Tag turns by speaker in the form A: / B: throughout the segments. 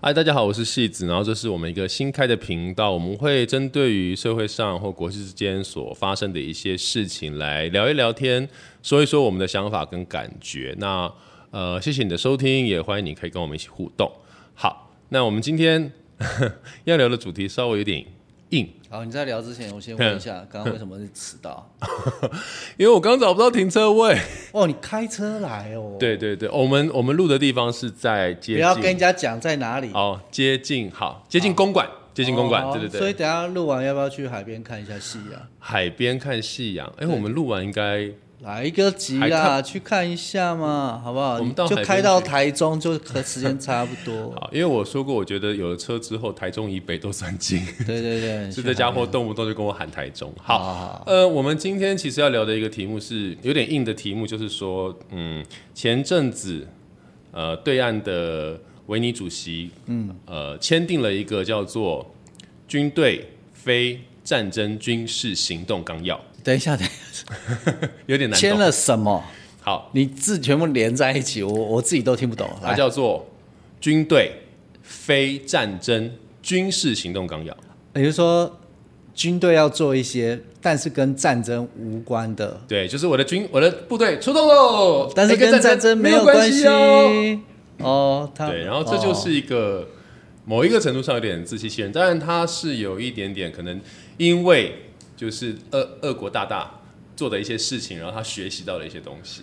A: 嗨，大家好，我是戏子，然后这是我们一个新开的频道，我们会针对于社会上或国际之间所发生的一些事情来聊一聊天，说一说我们的想法跟感觉。那呃，谢谢你的收听，也欢迎你可以跟我们一起互动。好，那我们今天 要聊的主题稍微有点硬，
B: 好，你在聊之前，我先问一
A: 嗯
B: 下，刚刚为什么是迟到？
A: 因为我刚找不到停车位。
B: 哦，你开车来哦。，
A: 嗯对对对，我们我们录的地方是在接
B: 不要跟人
A: 近
B: 家讲在哪里。
A: 哦，接近好，接近公馆，接近公馆，
B: 哦
A: 对对
B: 所以
A: 对，
B: 等一下录完要不要去海边看一下戏啊？
A: 海边看夕阳。哎，我们录完应该
B: 来个急
A: 还
B: 啦，
A: 看
B: 去看一下嘛，好不好？
A: 我们到
B: 就
A: 海边
B: 开到台中，就和时间差不 多。
A: 啊好，因为我说过，我觉得有了车之后，台中以北都算 近，
B: 对对对，
A: 是这家伙动不动就跟我喊台中。好，
B: 好好好
A: 呃，我们今天其实要聊的一个题目是有点硬的题目，就是说，嗯，前阵子，呃，对岸的维尼主席，嗯，呃，签订了一个叫做《军队非战争军事行动纲要》，
B: 等一下，等一
A: 有点
B: 下，
A: 难
B: 签
A: 懂。
B: 了什么？
A: 好，
B: 你字全部连在一起，我我自己都听不懂。
A: 它
B: 来，
A: 叫做《军队非战争军事行动纲要》。
B: 也就是说，军队要做一些，但是跟战争无关的
A: 对，就是我的军，我的部队出动喽，
B: 但是
A: 哎
B: 跟战争
A: 没
B: 没有关系啊
A: 哦。
B: 哦。他哦
A: 对，然后这就是一个、某一个程度上有点自欺欺人，当然他是有一点点可能因为就是俄俄国大大做的一些事情，然后他学习到了一些东西。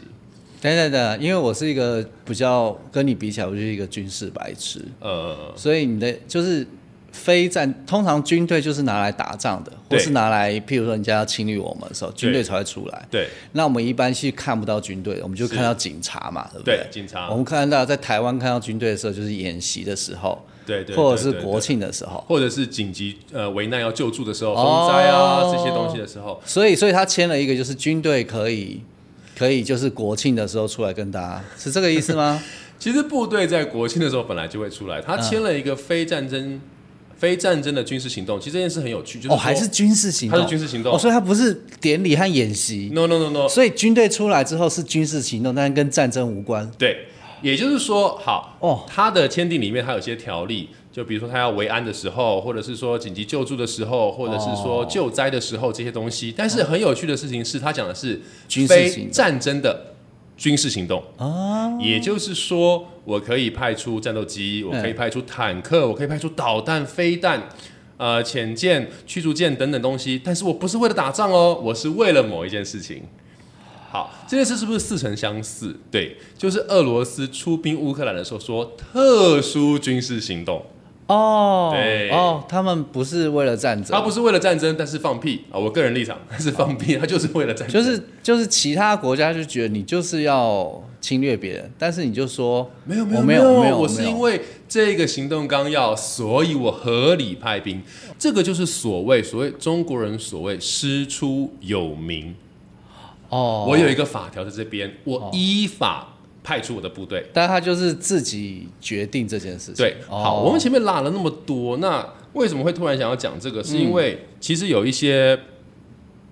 B: 等等等，因为我是一个比较跟你比起来，我就是一个军事白痴，
A: 呃，
B: 所以你的就是非战，通常军队就是拿来打仗的，或
A: 对
B: 是拿来，譬如说人家要侵略我们的时候，军队才会出来。
A: 对
B: 那我们一般是看不到军队，我们就是看到警察嘛，对哦不
A: 对，警察
B: 我，们看到在台湾看到军队的时候，就是演习的时候，
A: 对对，
B: 或者是
A: 对
B: 国，
A: 对对
B: 庆的时候。
A: 或者是紧急呃危难要救助的时候，
B: 哦
A: 风灾啊、这些东西的时候，
B: 所以，所以他签了一个，就是军队可以，可以就是国庆的时候出来跟大家，是这个意思吗？
A: 其实部队在国庆的时候本来就会出来，他
B: 嗯
A: 签了一个非战争、非战争的军事行动，其实这件事很有 趣，就是说、
B: 哦，还是军事行动，
A: 它是军事行动
B: 哦，所以它不是典礼和演习，
A: no no no no，
B: 所以军队出来之后是军事行动，但是跟战争无关。
A: 对，也就是说，好
B: 哦，
A: 它的签订里面它有些条例，就比如说它要维安的时候，或者是说紧急救助的时候，或者是
B: 哦
A: 说救灾的时候这些东西。但是很有趣的事情是，它讲的是
B: 军事
A: 非
B: 行动
A: 战争的军事行动啊，也就是说，我可以派出战斗机，
B: 嗯
A: 我可以派出坦克，我可以派出导弹、飞弹。呃，潜舰、驱逐舰等等东西，但是我不是为了打仗哦，我是为了某一件事情。好，这件事是不是似曾相似？对，就是俄罗斯出兵乌克兰的时候说特殊军事行动，
B: 哦
A: 对
B: 哦，他们不是为了战争，
A: 他不是为了战争，但是放屁啊！我个人立场 他是放屁，他就是为了战争，
B: 就是就是其他国家就觉得你就是要侵略别人，但是你就说
A: 没有没
B: 我
A: 有
B: 没
A: 有
B: 没有，
A: 我是
B: 没有
A: 因为这个行动纲要，所以我合理派兵，这个就是所谓所谓中国人所谓师出有名。
B: 哦，
A: 我有一个法条在这边，我依法派出我的部队。
B: 但他就是自己决定这件事情。
A: 对，
B: 哦
A: 好，我们前面拉了那么多，那为什么会突然想要讲这个？是
B: 嗯
A: 因为其实有一些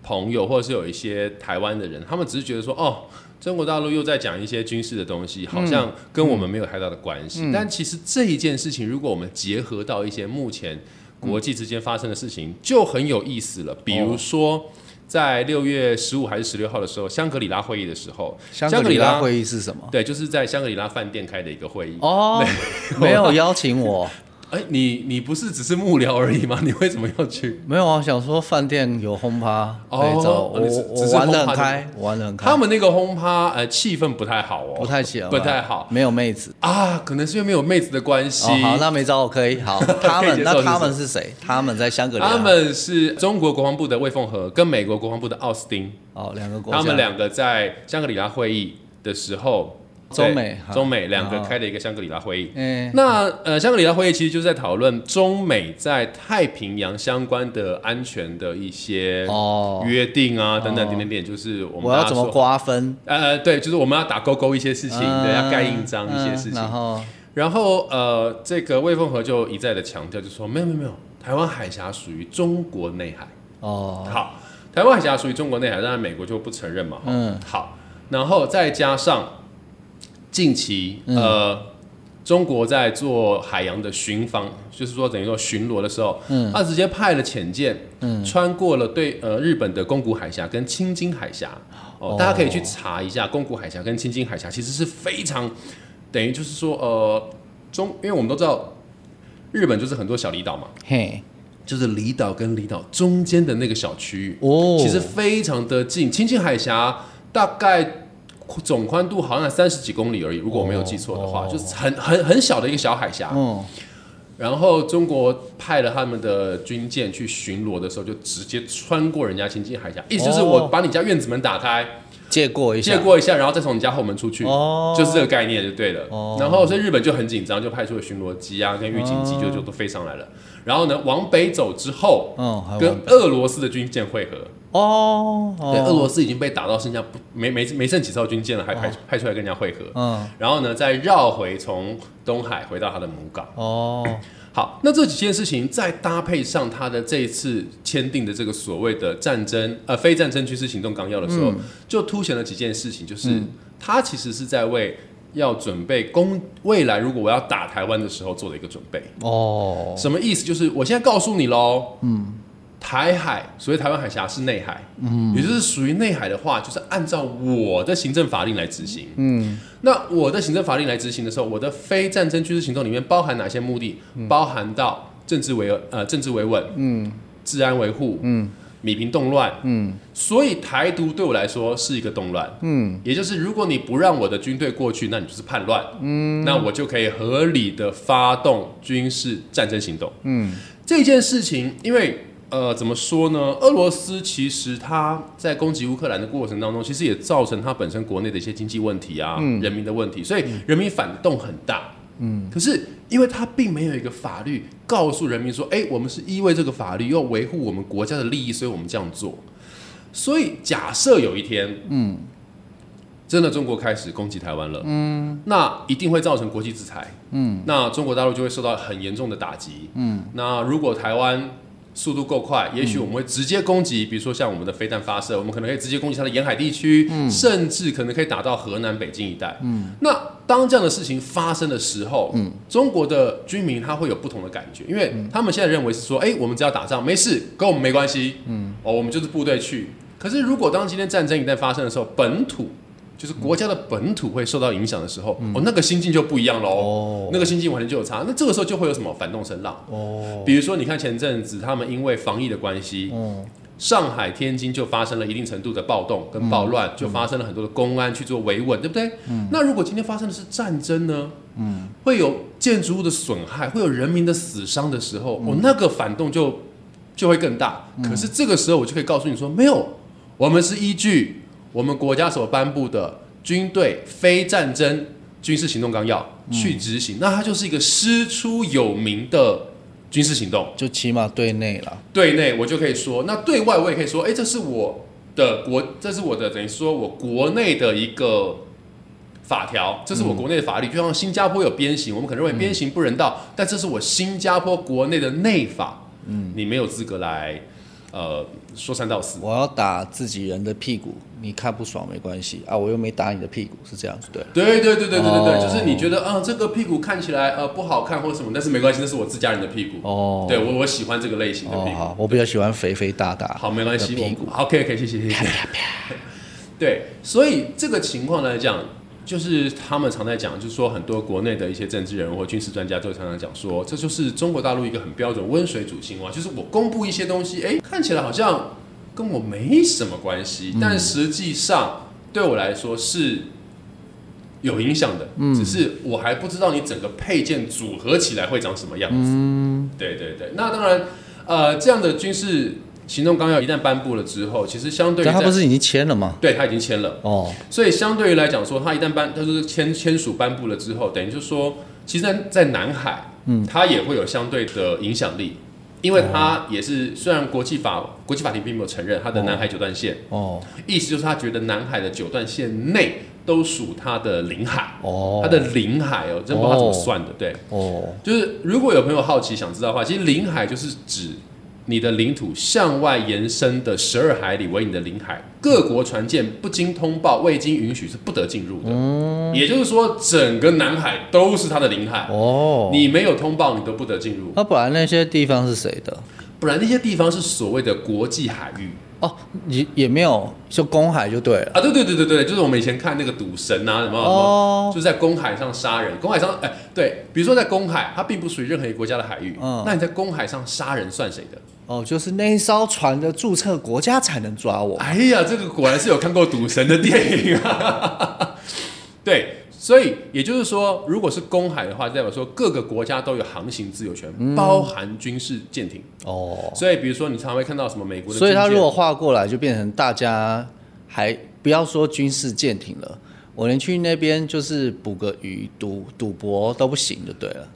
A: 朋友，或者是有一些台湾的人，他们只是觉得说，哦，中国大陆又在讲一些军事的东西，
B: 嗯
A: 好像跟我们没有太大的关系。但其实这一件事情，如果我们结合到一些目前国际之间发生的事情，就很有意思了。比
B: 哦
A: 如说，在六月十五还是十六号的时候，香格里拉会议的时候，
B: 香格里拉会议是什么？
A: 对，就是在香格里拉饭店开的一个会议。
B: 哦， 没有邀 请我，
A: 哎，你你不是只是幕僚而已吗？你为什么要 去？
B: 没有啊，想说饭店有轰趴可以找
A: 哦
B: 我，
A: 你是
B: 我
A: 只是
B: 玩的
A: 轰趴
B: 很
A: 就
B: 开，我玩的很开
A: 他，们那个轰趴，呃，气氛不太好哦，
B: 不太啊行，
A: 不太好
B: 没有妹子。
A: 啊，可能是因为没有妹子的关
B: 哦
A: 系。，
B: 好，那没找我可以。好，他
A: 可
B: 们
A: 以接受
B: 那他们是谁？他们在香格里拉。
A: 他们是中国国防部的魏凤和跟美国国防部的奥斯汀，
B: 哦，两个国家。
A: 他们两个在香格里拉会议的时候，对
B: 中美哈
A: 中美两个
B: 哦
A: 开了一个香格里拉会议。
B: 嗯，
A: 那呃，香格里拉会议其实就是在讨论中美在太平洋相关的安全的一些
B: 哦
A: 约定啊，等等点点点，就是我们
B: 我要
A: 大家
B: 怎么
A: 说
B: 瓜分？
A: 呃，对，就是我们要打勾勾一些事情，
B: 嗯
A: 对，要盖印章一些事情。
B: 嗯然后
A: 然后呃，这个魏凤和就一再的强调，就说没有没有没有，台湾海峡属于中国内海。
B: 哦，
A: 好，台湾海峡属于中国内海，当然美国就不承认嘛。嗯
B: 嗯，
A: 嗯好，然后再加上近期、呃，中国在做海洋的巡防，就是说等于说巡逻的时候，嗯，他直接派了潜舰，嗯，穿过了对呃日本的宫古海峡跟青金海峡，哦，
B: 哦
A: 大家可以去查一下宫古海峡跟青金海峡其实是非常等于就是说呃中，因为我们都知道日本就是很多小离岛嘛，
B: 嘿，
A: 就是离岛跟离岛中间的那个小区域，
B: 哦，
A: 其实非常的近。青青海峡大概总宽度好像三十几公里而已，如果我没有记错的话，
B: 哦
A: 就是很很很小的一个小海峡。
B: 嗯，
A: 然后中国派了他们的军舰去巡逻的时候，就直接穿过人家青青海峡，意思就是我把你家院子门打开，
B: 借过一下，
A: 借过一下，然后再从你家后门出去，
B: 哦
A: 就是这个概念就对了。
B: 哦
A: 然后所以日本就很紧张，就派出了巡逻机啊跟预警机就就都飞上来了。然后呢，往北走之后，
B: 嗯，还有
A: 跟俄罗斯的军舰会合。
B: 哦，哦
A: 对，俄罗斯已经被打到剩下不没没没剩几艘军舰了，还派、派出来跟人家会合。
B: 嗯，
A: 然后呢，再绕回从东海回到他的母港。
B: 哦，
A: 好，那这几件事情再搭配上他的这一次签订的这个所谓的战争呃非战争军事行动纲要的时候，就凸显了几件事情，就是、他其实是在为要准备攻未来如果我要打台湾的时候做的一个准备。
B: 哦，
A: 什么意思？就是我现在告诉你喽，嗯，台海，所谓台湾海峡是内海，嗯，也就是属于内海的话，就是按照我的行政法令来执行，嗯，那我的行政法令来执行的时候，我的非战争军事行动里面包含哪些目的？包含到政治维呃政治维稳，嗯，治安维护，嗯。米平动乱，嗯，所以台独对我来说是一个动乱，嗯，也就是如果你不让我的军队过去，那你就是叛乱，嗯，那我就可以合理的发动军事战争行动，这件事情，因为呃，怎么说呢？俄罗斯其实它在攻击乌克兰的过程当中，其实也造成它本身国内的一些经济问题啊、人民的问题，所以人民反动很大。嗯，可是因为它并没有一个法律告诉人民说，哎，我们是依为这个法律要维护我们国家的利益，所以我们这样做。所以假设有一天，嗯，真的中国开始攻击台湾了，嗯，那一定会造成国际制裁，嗯，那中国大陆就会受到很严重的打击，嗯，那如果台湾速度够快，也许我们会直接攻击，比如说像我们的飞弹发射，我们可能可以直接攻击它的沿海地区，甚至可能可以打到河南、北京一带，嗯，那当这样的事情发生的时候，嗯，中国的居民他会有不同的感觉，因为他们现在认为是说，哎、我们只要打仗没事，跟我们没关系，嗯，哦，我们就是部队去。可是，如果当今天战争一旦发生的时候，本土就是国家的本土会受到影响的时候，哦，那个心境就不一样喽。
B: 哦
A: 那个心境完全就有差。那这个时候就会有什么反动声浪？
B: 哦，
A: 比如说，你看前阵子他们因为防疫的关系，
B: 嗯，
A: 上海、天津就发生了一定程度的暴动跟暴乱，就发生了很多的公安去做维稳，对不对？那如果今天发生的是战争呢？嗯，会有建筑物的损害，会有人民的死伤的时候，哦，那个反动就就会更大。可是这个时候，我就可以告诉你说，没有，我们是依据我们国家所颁布的军队非战争军事行动纲要去执行，那它就是一个师出有名的军事行动。
B: 就起码对内了，
A: 对内我就可以说，那对外我也可以说，哎，这是我的国，这是我的等于说我国内的一个法条，这是我国内的法律。
B: 嗯
A: 就像新加坡有鞭刑，我们可能认为鞭刑不人道，但这是我新加坡国内的内法，嗯，你没有资格来呃说三道四。
B: 我要打自己人的屁股，你看不爽没关系啊，我又没打你的屁股，是这样子对。
A: 对对对对对对对，
B: 哦
A: 就是你觉得啊、这个屁股看起来呃不好看或什么，但是没关系，那是我自家人的屁股。
B: 哦
A: 对我我喜欢这个类型的屁
B: 哦，
A: 股。
B: 好，我比较喜欢肥肥大大。
A: 好，没关系，
B: 屁股
A: 我好，可以，可以，谢谢，谢谢。对，所以这个情况来讲，就是他们常在讲，就是说很多国内的一些政治人物或军事专家都常常讲说，这就是中国大陆一个很标准温水煮青蛙，就是我公布一些东西，哎，看起来好像跟我没什么关系，但
B: 嗯
A: 实际上对我来说是。有影响的，
B: 嗯
A: 只是我还不知道你整个配件组合起来会长什么样子。
B: 嗯
A: 对对对，那当然，呃，这样的军事行动纲要一旦颁布了之后，其实相对于
B: 但他
A: 在
B: 不是已经签了吗？
A: 对他已经签了，
B: 哦，
A: 所以相对于来讲说，他一旦颁，他就是签签署颁布了之后，等于就是说，其实在在南海，嗯，它也会有相对的影响力，因
B: 哦
A: 为它也是、虽然国际法国际法庭并没有承认它的南海九段线，
B: 哦，
A: 意思就是他觉得南海的九段线内都属他的领海，
B: 哦，
A: 他的领海哦，真不知道他怎么算的，对。
B: 哦，
A: 就是如果有朋友好奇想知道的话，其实领海就是指你的领土向外延伸的十二海里为你的领海，各国船舰不经通报、未经允许是不得进入的。
B: 嗯
A: 也就是说，整个南海都是它的领海，
B: 哦，
A: 你没有通报，你都不得进入。
B: 那本来那些地方是谁的？
A: 不然那些地方是所谓的国际海域
B: 哦，也也没有，就公海就对了。
A: 啊，对对对对对，就是我们以前看那个赌神啊，什么什么，
B: 哦
A: 就是在公海上杀人，公海上哎对，比如说在公海，它并不属于任何一个国家的海域，
B: 嗯
A: 那你在公海上杀人算谁的？
B: 哦，就是那一艘船的注册国家才能抓我。
A: 哎呀，这个果然是有看过赌神的电影啊。 对，所以也就是说，如果是公海的话，代表说各个国家都有航行自由权，
B: 嗯
A: 包含军事舰艇。
B: 哦，
A: 所以，比如说你常会看到什么美国的军
B: 所
A: 舰，啊
B: 以他如果划过来，就变成大家还不要说军事舰艇了，我连去那边就是捕个鱼、赌赌博都不行，就对了。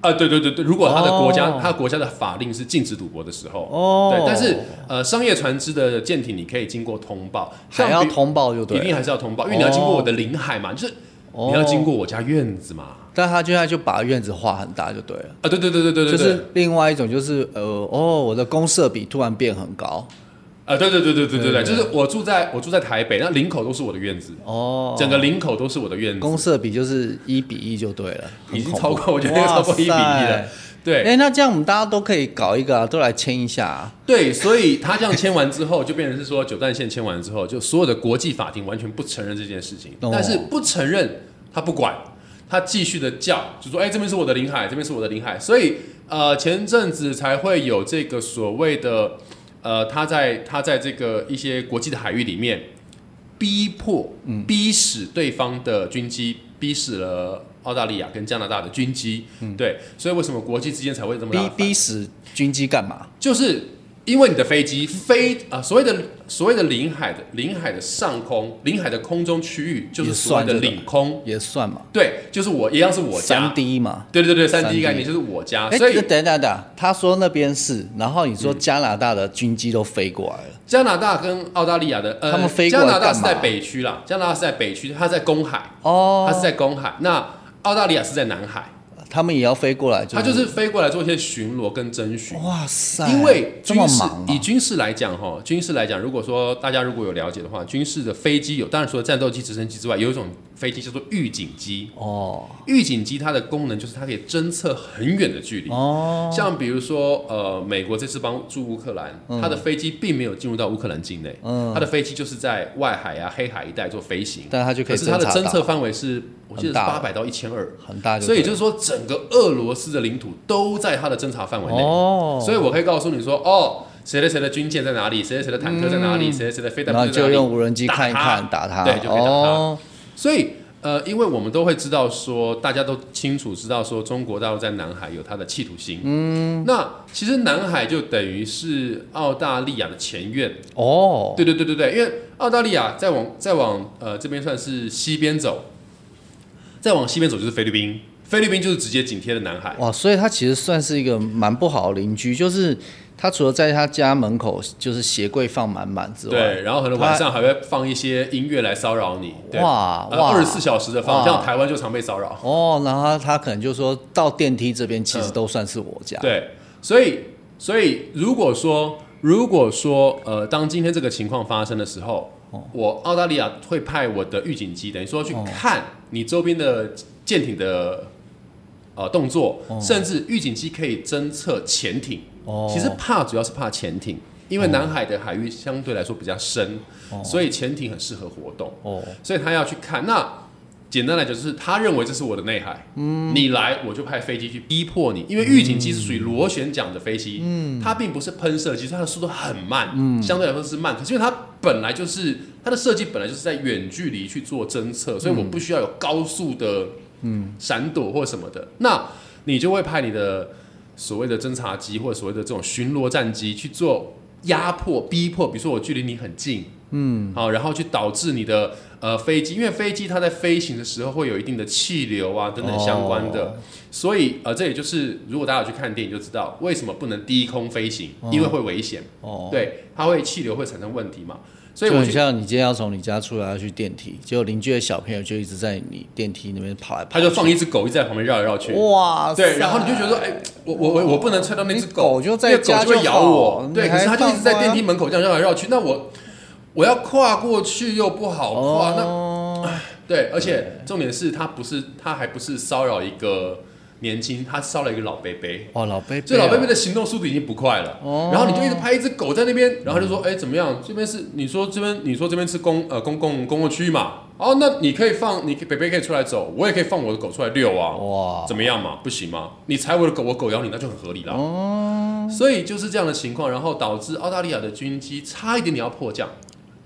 A: 啊，对对对对，如果他的国家、
B: 哦
A: 他国家的法令是禁止赌博的时候，
B: 哦
A: 对，但是呃，商业船只的舰艇你可以经过通报，像
B: 还要
A: 比
B: 通报就对哦
A: 一定
B: 了。
A: 还是要通报，因为你要经过我的领海嘛，就是你要经过我家院子嘛，
B: 但他现在就把院子画很大就对了。
A: 啊，对对对对对对，
B: 就
A: 对
B: 是另外一种，就是呃哦，我的公社比突然变很高
A: 啊，对对对对对对对，
B: 对对对
A: 就是我住在我住在台北，那林口都是我的院子，
B: 哦，
A: 整个林口都是我的院子，
B: 公社比就是一比一就对了，
A: 已经
B: 很恐
A: 超
B: 怖
A: 过，我觉得超过一比一了。。
B: 哎、
A: 对
B: 那这样我们大家都可以搞一个啊，都来签一下、啊。
A: 对，所以他这样签完之后，就变成是说九段线签完之后，就所有的国际法庭完全不承认这件事情，
B: 哦
A: 但是不承认他不管，他继续的叫，就说哎、这边是我的领海，这边是我的领海，所以呃前阵子才会有这个所谓的呃他在他在这个一些国际的海域里面逼迫、逼使对方的军机，逼使了澳大利亚跟加拿大的军机，对，所以为什么国际之间才会这么大的
B: 逼
A: 反
B: 逼死军机干嘛？
A: 就是因为你的飞机飞啊、所谓的所谓的领海的领海的上空，领海的空中区域，就是所谓的领空。
B: 也算嘛，
A: 对，就是我一样是我
B: 三
A: 家。
B: D 嘛。
A: 对对对，三 D
B: D
A: 概念就是我家，
B: 哎、
A: 啊所以嗯
B: 等等等等，他说那边是，然后你说加拿大的军机都飞过来了，
A: 加拿大跟澳大利亚的呃，
B: 他们飞过
A: 加
B: 来
A: 拿大是在
B: 干嘛啊
A: 北区啦，加拿大是在北区，它在公海，
B: 哦，
A: 它是在公海。那澳大利亚是在南海，
B: 他们也要飞过来、
A: 它就是飞过来做一些巡逻跟征询。
B: 哇塞，
A: 因为
B: 这么
A: 军事
B: 忙、
A: 以
B: 啊，
A: 军事来讲，哈，军事来讲，如果说大家如果有了解的话，军事的飞机有，当然除了战斗机、直升机之外，有一种飞机叫做预警机。
B: 哦
A: 预警机它的功能就是它可以侦测很远的距离，
B: 哦，
A: 像比如说呃，美国这次帮助乌克兰，它的飞机并没有进入到乌克兰境内，它的飞机就是在外海啊、黑海一带做飞行，
B: 嗯但它就可
A: 可
B: 以
A: 是它的
B: 侦察
A: 侦测
B: 到
A: 范围是，我记得是
B: 很大
A: 八百到一千二。
B: 很大就
A: 所
B: 啊对了，
A: 以就是说，整个俄罗斯的领土都在它的侦察范围内。
B: 哦，
A: 所以我可以告诉你说，哦，谁的谁的军舰在哪里，谁的谁的坦克在哪里，谁的谁的飞弹
B: 嗯然后
A: 部队在
B: 就
A: 哪
B: 用
A: 里。
B: 无人机
A: 打
B: 看一看，
A: 他
B: 打他，
A: 对就可以打他
B: 哦，
A: 所以，呃，因为我们都会知道说，大家都清楚知道说，中国大陆在南海有它的企图心。嗯，那其实南海就等于是澳大利亚的前院。
B: 哦，
A: 对对对对对，因为澳大利亚再往再往呃这边算是西边走，再往西边走就是菲律宾，菲律宾就是直接紧贴着南海。
B: 哇，所以他其实算是一个蛮不好的邻居，就是他除了在他家门口就是鞋柜放满满之外，
A: 对，然后可能
B: 他
A: 晚上还会放一些音乐来骚扰你。对呃
B: 哇哇
A: 二十四小时的放，
B: 哇
A: 像台湾就常被骚扰。
B: 哦，然后他他可能就说到电梯这边其实都算是我家，
A: 嗯对，所以所以如果说如果说呃，当今天这个情况发生的时候，
B: 哦
A: 我澳大利亚会派我的预警机，等于说去看你周边的舰艇的呃动作，甚至预警机可以侦测潜艇。
B: 哦，
A: 其实怕主要是怕潜艇，因为南海的海域相对来说比较深，所以潜艇很适合活动。
B: 哦，
A: 所以他要去看。那简单来讲，就是他认为这是我的内海，你来我就派飞机去逼迫你，因为预警机是属于螺旋桨的飞机，它并不是喷射机，所以它的速度很慢，相对来说是慢。可是因为它本来就是它的设计本来就是在远距离去做侦测，所以我不需要有高速的闪躲或什么的，那你就会派你的所谓的侦察机或者所谓的这种巡逻战机去做压迫、逼迫，比如说我距离你很近，嗯，好，然后去导致你的呃飞机，因为飞机它在飞行的时候会有一定的气流啊等等相关的，
B: 哦
A: 所以呃这也就是如果大家有去看电影就知道为什么不能低空飞行，因为会危险，
B: 哦，
A: 对，它会气流会产生问题嘛。所以
B: 就
A: 我
B: 很
A: 觉得
B: 像你今天要从你家出来要去电梯，结果邻居的小朋友就一直在你电梯那边跑来跑
A: 他
B: 去，
A: 就放一只狗一直在旁边绕来绕去。
B: 哇塞，
A: 对，然后你就觉得说，哎、我我我我不能踹到那只
B: 你
A: 狗，
B: 狗就在
A: 那个
B: 家
A: 狗就会
B: 就
A: 咬
B: 好
A: 我。
B: 你
A: 对，可是
B: 还
A: 它就一直在
B: 放吗
A: 电梯门口这样绕来绕去，那我我要跨过去又不好跨，啊那
B: 哦，
A: 对，而且重点是他不是，他还不是骚扰一个年轻，他骚扰一个老伯伯，
B: 哦，老贝贝哦，
A: 所以老伯伯的行动速度已经不快了。
B: 哦嗯
A: 然后你就一直拍一只狗在那边，然后就说，哎、怎么样？这边是你说这边你说这边是公呃公共公共区域嘛？哦，那你可以放你北北可以出来走，我也可以放我的狗出来遛啊。
B: 哇，
A: 怎么样嘛？不行吗？你踩我的狗，我狗咬你，那就很合理啦。
B: 哦，
A: 所以就是这样的情况，然后导致澳大利亚的军机差一点点要迫降，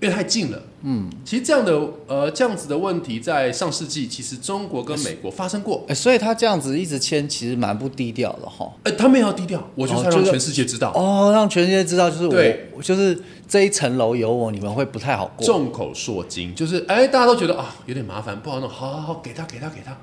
A: 因为太近了。嗯，其实这样的呃这样子的问题，在上世纪其实中国跟美国发生过。
B: 哎，所以他这样子一直签，其实蛮不低调的哈。
A: 哎、他们也要低调，我就是要
B: 哦就
A: 让
B: 是
A: 全世界知道，
B: 哦，让全世界知道，就是
A: 对
B: 我，就是这一层楼有我，你们会不太好过。
A: 众口铄金，就是哎、大家都觉得啊有点麻烦，不好弄，好好好，给他给他给他，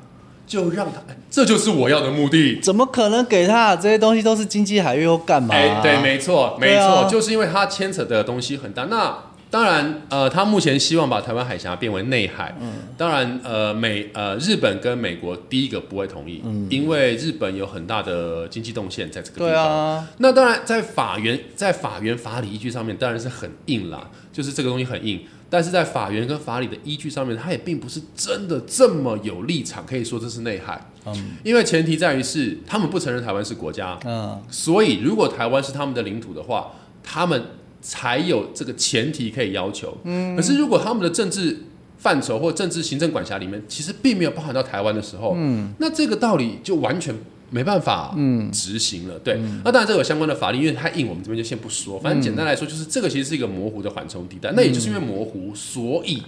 A: 就让他，哎这就是我要的目的。
B: 怎么可能给他？这些东西都是经济海域或干嘛、
A: 哎、对，没错，没
B: 对
A: 错，
B: 啊
A: 就是因为它牵扯的东西很大。那当然，呃，他目前希望把台湾海峡变为内海。嗯，当然，呃，美呃日本跟美国第一个不会同意，因为日本有很大的经济动线在这个地方。
B: 嗯对啊，
A: 那当然，在法源在法源法理依据上面，当然是很硬啦，就是这个东西很硬。但是在法源跟法理的依据上面，它也并不是真的这么有立场，可以说这是内海。
B: 嗯
A: 因为前提在于是他们不承认台湾是国家，
B: 嗯，
A: 所以，如果台湾是他们的领土的话，他们才有这个前提可以要求。嗯，可是如果他们的政治范畴或政治行政管辖里面其实并没有包含到台湾的时候，嗯，那这个道理就完全没办法执行了。对，那当然这有相关的法律，因为太硬，我们这边就先不说。反正简单来说，就是这个其实是一个模糊的缓冲地带。那也就是因为模糊，所以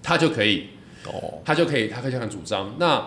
A: 它就可以
B: 哦，
A: 他就可以，他可以这样主张。那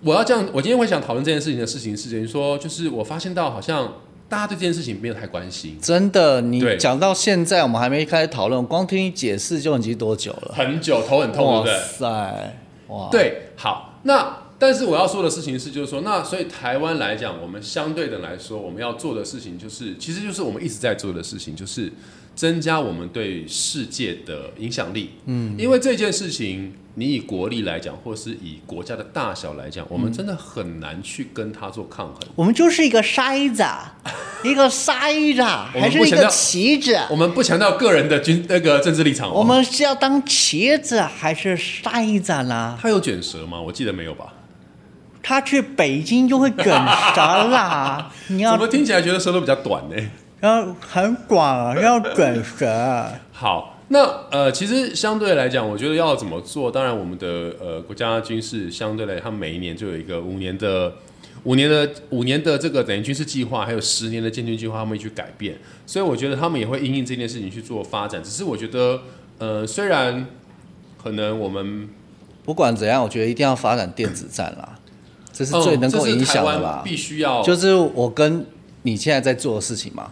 A: 我要这样，我今天会想讨论这件事情的事情是，等于说，就是我发现到好像大家对这件事情没有太关心，
B: 真的，
A: 对
B: 你讲到现在，我们还没开始讨论，光听你解释就已经多久了？
A: 很久头很痛，对不对？
B: 塞，哇，，
A: 对，好，那但是我要说的事情是，就是说，那所以台湾来讲，我们相对的来说，我们要做的事情就是，其实就是我们一直在做的事情，就是增加我们对世界的影响力。嗯，因为这件事情，你以国力来讲，或是以国家的大小来讲，我们真的很难去跟它做抗衡。
B: 我们就是一个筛子，啊 一个筛子，啊
A: 我
B: 还
A: 们
B: 是
A: 不
B: 一
A: 想要
B: 个棋子，啊
A: 我们不强调个人的军那个政治立场、哦。
B: 我们是要当棋子啊还是筛子啦？
A: 他有卷舌吗？我记得没有吧？
B: 他去北京就会卷舌啦， 你要
A: 怎么听起来觉得舌头比较短呢？
B: 要很广，啊要卷舌。啊
A: 好，那呃，其实相对来讲，我觉得要怎么做？当然，我们的呃国家军事相对来讲，它每一年就有一个五年的。五年的五年的这个等于军事计划，还有十年的建军计划，他们去改变，所以我觉得他们也会因应这件事情去做发展。只是我觉得，呃，虽然可能我们
B: 不管怎样，我觉得一定要发展电子战啦，这是
A: 嗯
B: 最能够
A: 这是
B: 影响
A: 台
B: 的
A: 湾
B: 啦。
A: 必须要
B: 就是我跟你现在在做的事情 嘛，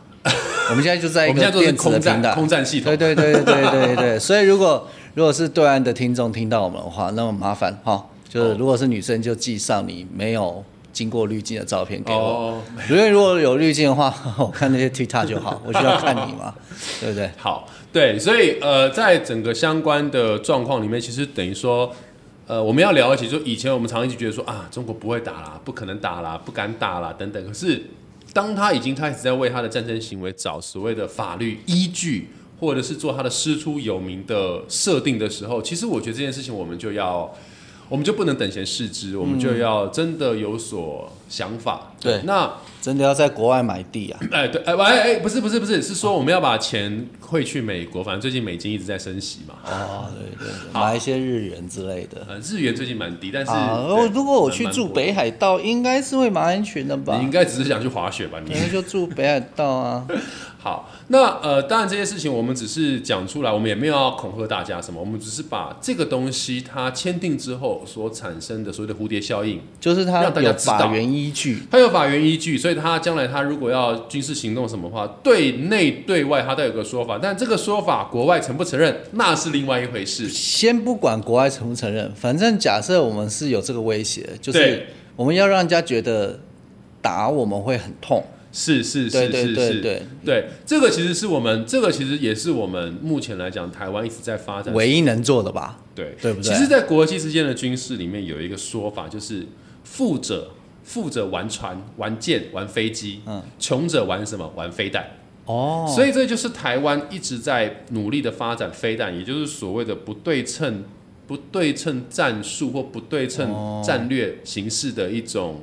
B: 我们现在就在一
A: 我们现在
B: 个
A: 做的是
B: 电子
A: 空
B: 的
A: 战
B: 平台，
A: 空战系统
B: 对对对对对对对。 所以如果如果是对岸的听众听到我们的话，那么麻烦哈、
A: 哦
B: 就是如果是女生就寄上你没有经过滤镜的照片给我。
A: 哦，
B: 因为如果有滤镜的话， 我看那些 TikTok 就好，我需要看你 嘛，对不对？
A: 好，对，所以呃，在整个相关的状况里面，其实等于说，呃，我们要聊一起，就以前我们常一直觉得说啊，中国不会打啦，不可能打啦，不敢打啦等等。可是，当他已经开始在为他的战争行为找所谓的法律依据，或者是做他的师出有名的设定的时候，其实我觉得这件事情我们就要。我们就不能等闲视之，我们就要真的有所想法。
B: 对
A: 那
B: 真的要在国外买 地啊！
A: 哎，对，哎，喂哎哎，不是不是不是，是说我们要把钱汇去美国，反正最近美金一直在升息嘛，
B: 哦，对对对，买一些日元之类的。
A: 呃，日元最近蛮低，但是
B: 啊，
A: 对
B: 我如果我去
A: 蛮
B: 住
A: 蛮
B: 北海道，应该是会蛮安全的
A: 多
B: 吧
A: 你？应该只是想去滑雪吧？你
B: 可能就住北海道啊。
A: 好，那呃，当然这些事情我们只是讲出来，我们也没有要恐吓大家什么，我们只是把这个东西它签订之后所产生的所谓的蝴蝶效应，
B: 就是它
A: 让大家
B: 有
A: 知道
B: 法源依据，
A: 它有法源依据，所以它将来它如果要军事行动什么的话，对内对外它都有个说法，但这个说法国外承不承认那是另外一回事。
B: 先不管国外承不承认，反正假设我们是有这个威胁，就
A: 对
B: 是我们要让人家觉得打我们会很痛，
A: 是是
B: 对
A: 是
B: 对
A: 是
B: 对
A: 是，
B: 对，
A: 对，这个其实是我们，这个其实也是我们目前来讲，台湾一直在发展。
B: 唯一能做的吧？
A: 对
B: 对不对
A: 其实，在国际之间的军事里面有一个说法，就是富者富者玩船、玩舰、玩飞机，嗯，穷者玩什么？玩飞弹。
B: 哦，
A: 所以这就是台湾一直在努力的发展飞弹，也就是所谓的不对称、不对称战术或不对
B: 哦
A: 称战略形式的一种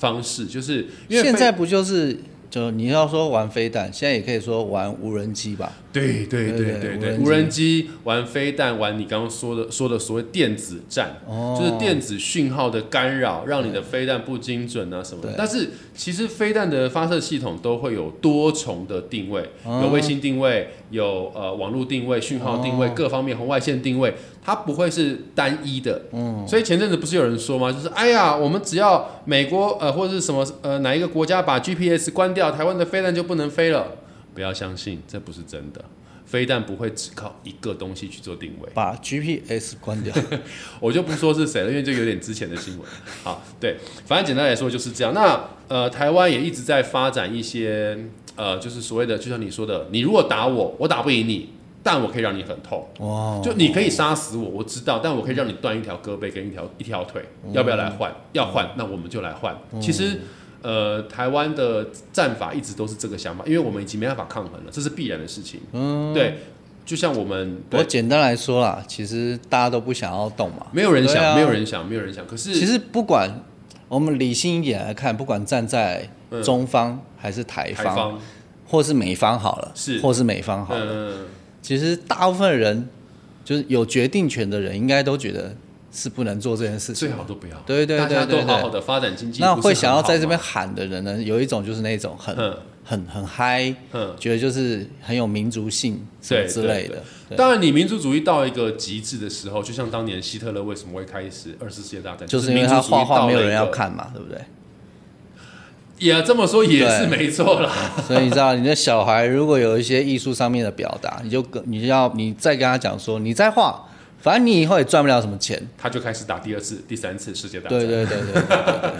A: 方式，就是因为飞
B: 嗯现在不就是就你要说玩飞弹，现在也可以说玩无人机吧？
A: 对对
B: 对
A: 对
B: 对
A: 对
B: 无
A: 对，
B: 人
A: 无人机玩飞弹，玩你刚刚说的说的所谓电子战，
B: 哦
A: 就是电子讯号的干扰，让你的飞弹不精准啊什么的
B: 对。
A: 但是其实飞弹的发射系统都会有多重的定位，
B: 哦
A: 有卫星定位，有呃网络定位、讯号
B: 哦
A: 定位，各方面红外线定位，它不会是单一的。
B: 嗯
A: 所以前阵子不是有人说吗？就是哎呀，我们只要美国呃或者是什么呃哪一个国家把 GPS 关掉，台湾的飞弹就不能飞了。不要相信，这不是真的。飞弹不会只靠一个东西去做定位，
B: 把 GPS 关 掉，
A: 我就不说是谁了，因为这有点之前的新闻。 好，对，反正简单来说就是这样。那呃，台湾也一直在发展一些呃，就是所谓的，就像你说的，你如果打我，我打不赢你，但我可以让你很痛。
B: 哇，
A: 就你可以杀死我，我知道，但我可以让你断一条胳膊跟一条一条腿，
B: 嗯
A: 要不要来换？要换，那我们就来换。其实，呃，台湾的战法一直都是这个想法，因为我们已经没办法抗衡了，这是必然的事情。嗯，对，就像我们，
B: 我
A: 对，
B: 简单来说啦，其实大家都不想要动嘛，
A: 没有人
B: 对
A: 想，
B: 啊
A: 没有人想，没有人想。可是，
B: 其实不管我们理性一点来看，不管站在
A: 嗯
B: 中方还是台
A: 台
B: 方，或是美方好了，
A: 是
B: 或是美方好了，
A: 嗯，
B: 其实大部分人就是有决定权的人，应该都觉得是不能做这件事情
A: 最
B: 的。
A: 好都不要，
B: 对对对
A: 大家
B: 对
A: 都
B: 对
A: 好好的发展经济，
B: 那
A: 不是
B: 会想要
A: 很好
B: 在这
A: 吗
B: 边，喊的人呢，有一种就是那种很、
A: 嗯
B: 很很嗨，
A: 嗯。
B: 觉得就是很有民族性什么
A: 对
B: 之
A: 对
B: 类的。对
A: 当然，你民族主义到一个极致的时候，就像当年希特勒为什么会开始二次世界大战，
B: 就是是因为
A: 民族
B: 他
A: 主义
B: 画
A: 到
B: 画没有
A: 了一
B: 人要
A: 个
B: 看嘛，对不 对？
A: 也这么说也是
B: 对
A: 没错啦。
B: 所以你知道，你的小孩如果有一些艺术上面的表达，你就跟你就要你再跟他讲说，你再画，反正你以后也赚不了什么钱。
A: 他就开始打第二次、第三次世界大战。
B: 对对对对对，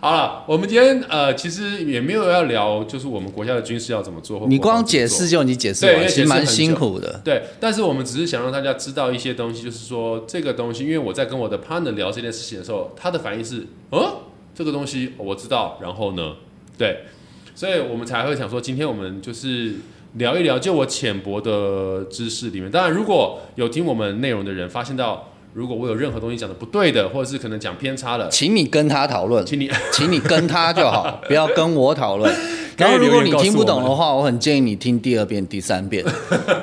A: 好了，我们今天呃，其实也没有要聊，就是我们国家的军事要怎么做。或
B: 你
A: 国防怎
B: 光
A: 么
B: 解
A: 做
B: 释就你解释
A: 对因
B: 完，
A: 为
B: 其实
A: 解释
B: 蛮
A: 很
B: 辛
A: 久
B: 苦的。
A: 对，但是我们只是想让大家知道一些东西，就是说这个东西，因为我在跟我的 partner 聊这件事情的时候，他的反应是，嗯，这个东西我知道，然后呢，对，所以我们才会想说，今天我们就是聊一聊，就我浅薄的知识里面，当然如果有听我们内容的人发现到，如果我有任何东西讲的不对的，或者是可能讲偏差了，
B: 请你跟他讨论，
A: 请你
B: 请你跟他就 好，不要跟我讨论。然后，如果你听不懂的话，我很建议你听第二遍、第三 遍。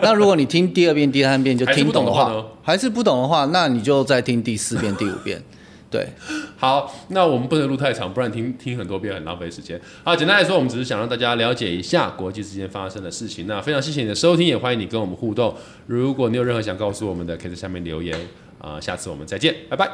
B: 那如果你听第二遍、第三遍就听懂
A: 还是不
B: 的
A: 懂的话
B: 话
A: 呢，
B: 还是不懂的话，那你就再听第四遍、第五遍。对，
A: 好，那我们不能录太长，不然听听很多遍很浪费时间。好，简单来说，我们只是想让大家了解一下国际之间发生的事情。那非常谢谢你的收听，也欢迎你跟我们互动。如果你有任何想告诉我们的，可以在下面留言。啊、下次我们再见，拜拜。